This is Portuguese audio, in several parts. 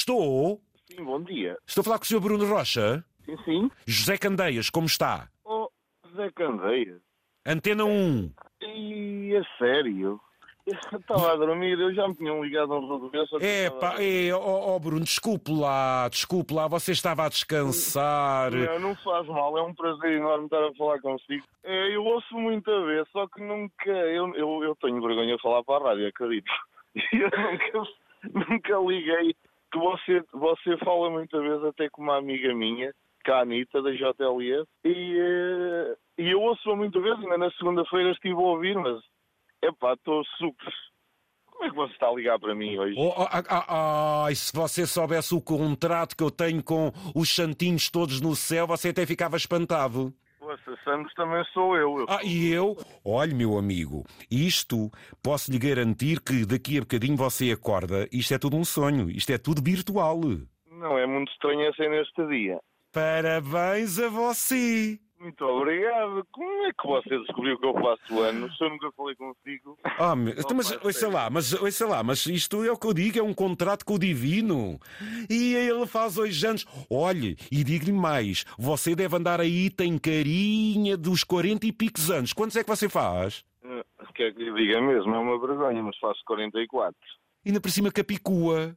Estou? Sim, bom dia. Estou a falar com o Sr. Bruno Rocha? Sim, sim. José Candeias, como está? Oh, Zé Candeias. Antena 1. E a sério? Eu estava a dormir, eu já me tinham ligado um rodovia, só que É, estava- pá, é, ó, ó, Bruno, desculpe lá, desculpe lá, você estava a descansar. Não, não faz mal, é um prazer enorme estar a falar consigo. É, eu ouço muita vez, só que nunca. Eu, eu, eu tenho vergonha de falar para a rádio, acredito. Eu nunca, nunca liguei. Que você, você fala muita vez, até com uma amiga minha, que é a Anitta, da JLS, e, eh, e eu ouço-a muita vez, ainda na segunda-feira estive a ouvir, mas. Epá, estou super. Como é que você está a ligar para mim hoje? Oh, oh, ah, ah, ai, se você soubesse o contrato que eu tenho com os santinhos todos no céu, você até ficava espantado. Poxa, Santos também sou eu. eu Ah, e eu? Olhe, meu amigo, isto posso lhe garantir que daqui a bocadinho você acorda. Isto é tudo um sonho, isto é tudo virtual. Não, é muito estranho essa neste dia. Parabéns a você! Muito obrigado. Como é que você descobriu que eu faço anos? Se eu nunca falei consigo. Ah, meu, então, mas pai, ouça sério. lá, mas ouça lá, mas isto é o que eu digo, é um contrato com o divino. E ele faz dois anos. Olhe, e digo-lhe mais, você deve andar aí, tem carinha dos 40 e picos anos. Quantos é que você faz? Eh, Quer que lhe diga mesmo? É uma vergonha, mas faço 44. Ainda por cima capicua.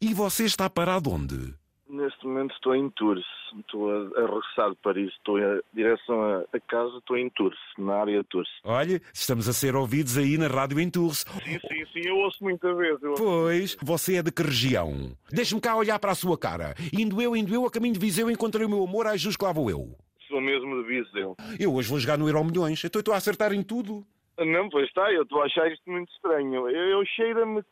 E você está parado onde? Neste momento estou em Tours. Estou a, a regressar de Paris. Estou em direção a, a casa. Estou em Tours, na área de Tours. Olhe, estamos a ser ouvidos aí na Rádio Enturse. Sim, sim, sim. Eu ouço muita vez. Eu... Pois, você é de que região? Deixe-me cá olhar para a sua cara. Indo eu, indo eu, a caminho de Viseu, encontrei o meu amor, ai jus que lá vou eu. Sou mesmo de Viseu. Eu hoje vou jogar no Euro Milhões, então eu estou a acertar em tudo. Ah, Não, pois está. Eu estou a achar isto muito estranho. Eu, eu cheiro-me...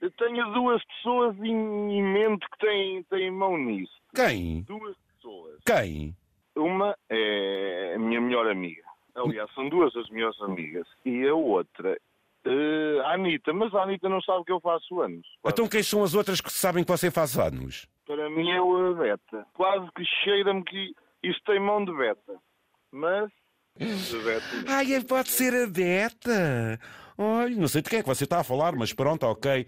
Eu tenho duas pessoas em, em mente que têm, têm mão nisso. Quem? Duas pessoas. Quem? Uma é a minha melhor amiga. Aliás, são duas as melhores amigas. E a outra, eh, a Anitta. Mas a Anitta não sabe que eu faço anos. Então quem são as outras que sabem que você faz anos? Para mim é o Beta. Quase que cheira-me que isto tem mão de Beta. Mas, de Beta. Ai, é- pode ser a Beta. Olha, não sei de quem é que você está a falar, mas pronto, ok.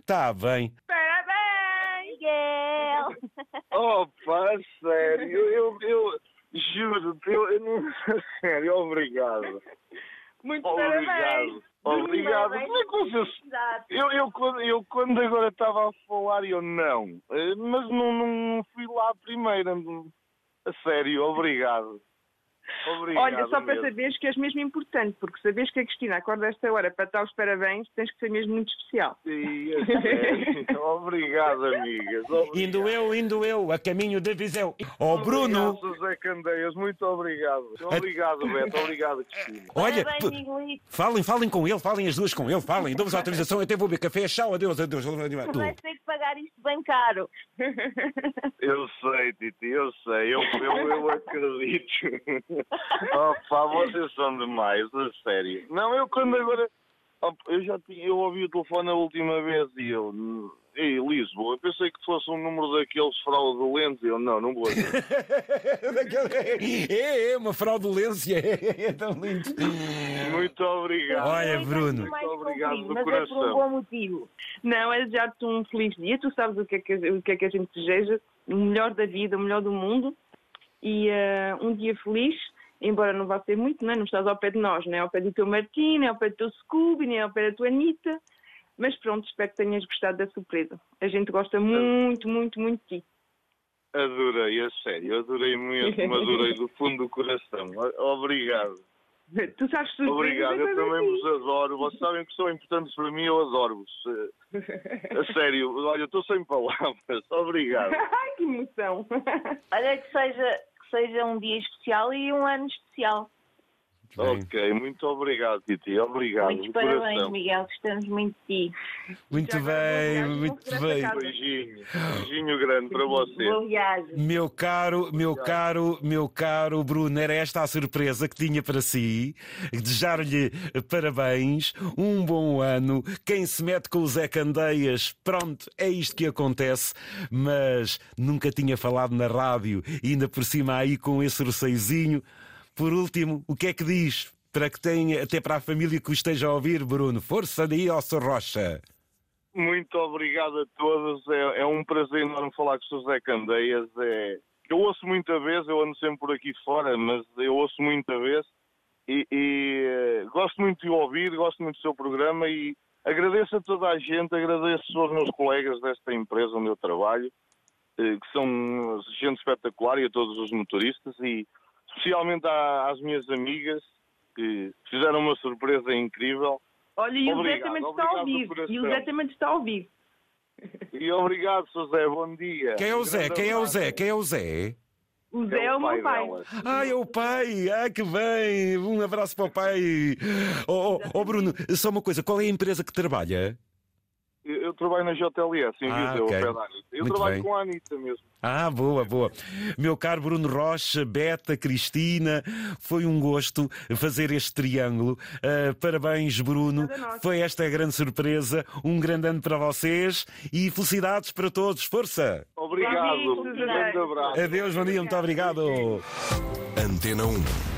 Está bem. Parabéns, Miguel! Oh, pá, sério. Eu, eu, eu juro, eu, eu não... Sério, obrigado. Muito Obrigado. parabéns! Obrigado. Dormi bem. Como é que vocês- Exato. Eu, eu, quando- eu quando agora estava a falar, eu não. Eh, Mas não, não fui lá à primeira. A sério, obrigado. Obrigado. Olha, só para mesmo. saberes que és mesmo importante, porque saberes que a Cristina acorda a esta hora para dar os parabéns, tens que ser mesmo muito especial. Sim, a sério. eh, obrigado, amigas. Obrigado. Indo eu, indo eu, a caminho de Viseu. Oh, Bruno! Obrigado, José Candeias, muito obrigado. Obrigado, Beto. Obrigado, Cristina. Olha, Parabéns, p- Miguelito! falem, falem com ele, falem as duas com ele, falem, damos autorização, eu até vou beber café, tchau, adeus, adeus. Tu Tu. vais ter que pagar isto bem caro. Eu sei, Titi, eu sei, eu, eu, eu acredito. Opa, vocês são demais, a sério. Não, eu quando agora. Opa, eu já tinha, eu ouvi o telefone a última vez e eu. Ei, Lisboa, eu pensei que fosse um número daqueles fraudulentos e eu, não, não vou. atender. É, é uma fraudulência, é, é tão lindo. Muito obrigado. Olha, Não Bruno. tenho mais Muito obrigado contigo, do mas é por um coração. bom motivo. Não, é desejar-te um feliz dia, tu sabes o que, é que, a- o que é que a gente deseja, o melhor da vida, o melhor do mundo, e eh, um dia feliz, embora não vá ser muito, não, é? não estás ao pé de nós, não é ao pé do teu Martim, nem ao pé do teu Scooby, nem ao pé da tua Anitta, mas pronto, espero que tenhas gostado da surpresa. A gente gosta muito, muito, muito de ti. Adorei, a sério, adorei mesmo, adorei do fundo do coração. Obrigado. Tu sabes surpresa. assim. Obrigado, eu também vos adoro. Vocês sabem que são importantes para mim, eu adoro-vos. Eh, A sério, olha, eu estou sem palavras. Obrigado. Ai, que emoção! Olha, que seja, que seja um dia especial e um ano especial. Bem, Ok, muito obrigado, Titi. Obrigado. Muitos de parabéns, coração. Miguel. Gostamos muito de ti. Muito Já agora bem, é vou viajar, muito vou viajar bem. para casa. Beijinho. Beijinho grande para vocês. Boa viagem. Meu caro, meu caro, meu caro Bruno, era esta a surpresa que tinha para si. Desejar-lhe parabéns, um bom ano. Quem se mete com o Zé Candeias, pronto, é isto que acontece. Mas nunca tinha falado na rádio, e ainda por cima aí com esse receiozinho. Por último, o que é que diz? Para que tenha, até para a família que o esteja a ouvir, Bruno, força daí, ó Sr. Rocha. Muito obrigado a todos. É, é um prazer enorme falar com o José Candeias. É, eu ouço muita vez, eu ando sempre por aqui fora, mas eu ouço muita vez e, e, eh, gosto muito de o ouvir, gosto muito do seu programa e agradeço a toda a gente, agradeço aos meus colegas desta empresa onde eu trabalho, eh, que são gente espetacular e a todos os motoristas e especialmente à- às minhas amigas que fizeram uma surpresa incrível. Olha, e o Zé Obrigado, também está ao obrigado do vivo. E o coração. Zé também está ao vivo. E obrigado, José, bom dia. Quem é o Zé? Quem é o Zé? Quem é o Zé? O Zé é o meu pai. delas. Ah, é o pai! Ah, que bem! Um abraço para o pai! Oh, oh, oh, Bruno, só uma coisa, qual é a empresa que trabalha? Eu, eu trabalho na JLS, em Ah, Viseu, ok. ao pé da Anitta. Eu Muito trabalho bem. com a Anitta mesmo. Ah, boa, boa. Meu caro Bruno Rocha, Beta, Cristina, foi um gosto fazer este triângulo. Ah, parabéns, Bruno. Nada nosso. Foi esta a grande surpresa. Um grande ano para vocês e felicidades para todos. Força! Obrigado. Bom dia, Um grande abraço. Adeus, bom dia, muito obrigado. Antena 1.